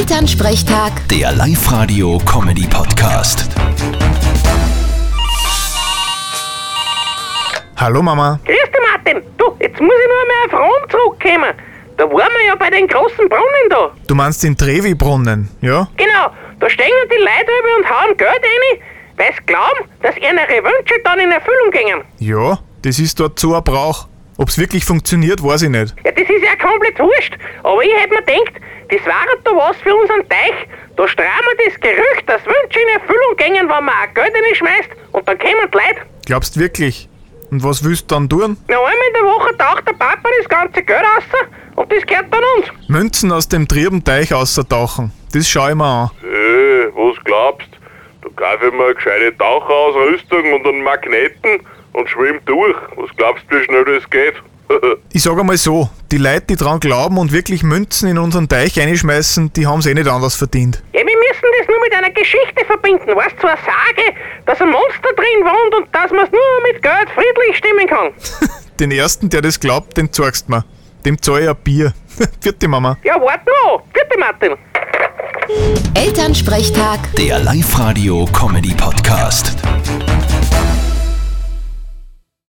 Elternsprechtag, Der Live-Radio-Comedy-Podcast. Hallo Mama. Grüß dich, Martin. Du, jetzt muss ich nur einmal auf Rom zurückkommen. Da waren wir ja bei den großen Brunnen da. Du meinst den Trevi-Brunnen, ja? Genau, da stehen ja die Leute über und hauen Geld rein, weil sie glauben, dass ihre Wünsche dann in Erfüllung gingen. Ja, das ist dort so ein Brauch. Ob's wirklich funktioniert, weiß ich nicht. Ja, das ist ja komplett wurscht. Aber ich hätte mir gedacht, das wäre doch was für unseren Teich. Da strahlen wir das Gerücht, dass Wünsche in Erfüllung gingen, wenn man auch Geld reinschmeißt und dann kommen die Leute. Glaubst wirklich? Und was willst du dann tun? Na, einmal in der Woche taucht der Papa das ganze Geld raus und das gehört dann uns. Münzen aus dem Triebenteich außertauchen. Das schau ich mir an. Äh, was glaubst? Da kauf ich mir eine gescheite Taucherausrüstung und einen Magneten und schwimm durch. Was glaubst du, wie schnell das geht? Ich sag einmal so, die Leute, die dran glauben und wirklich Münzen in unseren Teich einschmeißen, die haben's eh nicht anders verdient. Ja, wir müssen das nur mit einer Geschichte verbinden. Weißt du, so eine Sage, dass ein Monster drin wohnt und dass man es nur mit Geld friedlich stimmen kann. Den ersten, der das glaubt, den zeigst mir. Dem zahl ich ein Bier. Vierte Mama. Ja, warte mal. an. Bitte, Martin. Elternsprechtag. Der Live-Radio-Comedy-Podcast.